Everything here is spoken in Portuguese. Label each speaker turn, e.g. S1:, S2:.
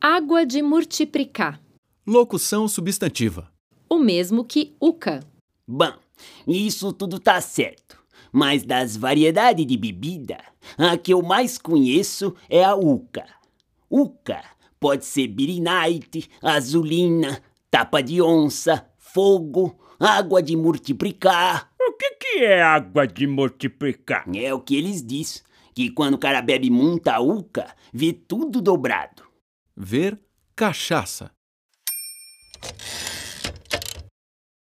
S1: Água de multiplicar.
S2: Locução substantiva.
S1: O mesmo que uca.
S3: Bom, isso tudo tá certo. Mas das variedades de bebida, a que eu mais conheço é a Uca. Uca pode ser birinite, azulina, tapa de onça, fogo, água de multiplicar.
S4: O que, que é água de multiplicar?
S3: É o que eles dizem, que quando o cara bebe muita Uca, vê tudo dobrado.
S2: Ver cachaça.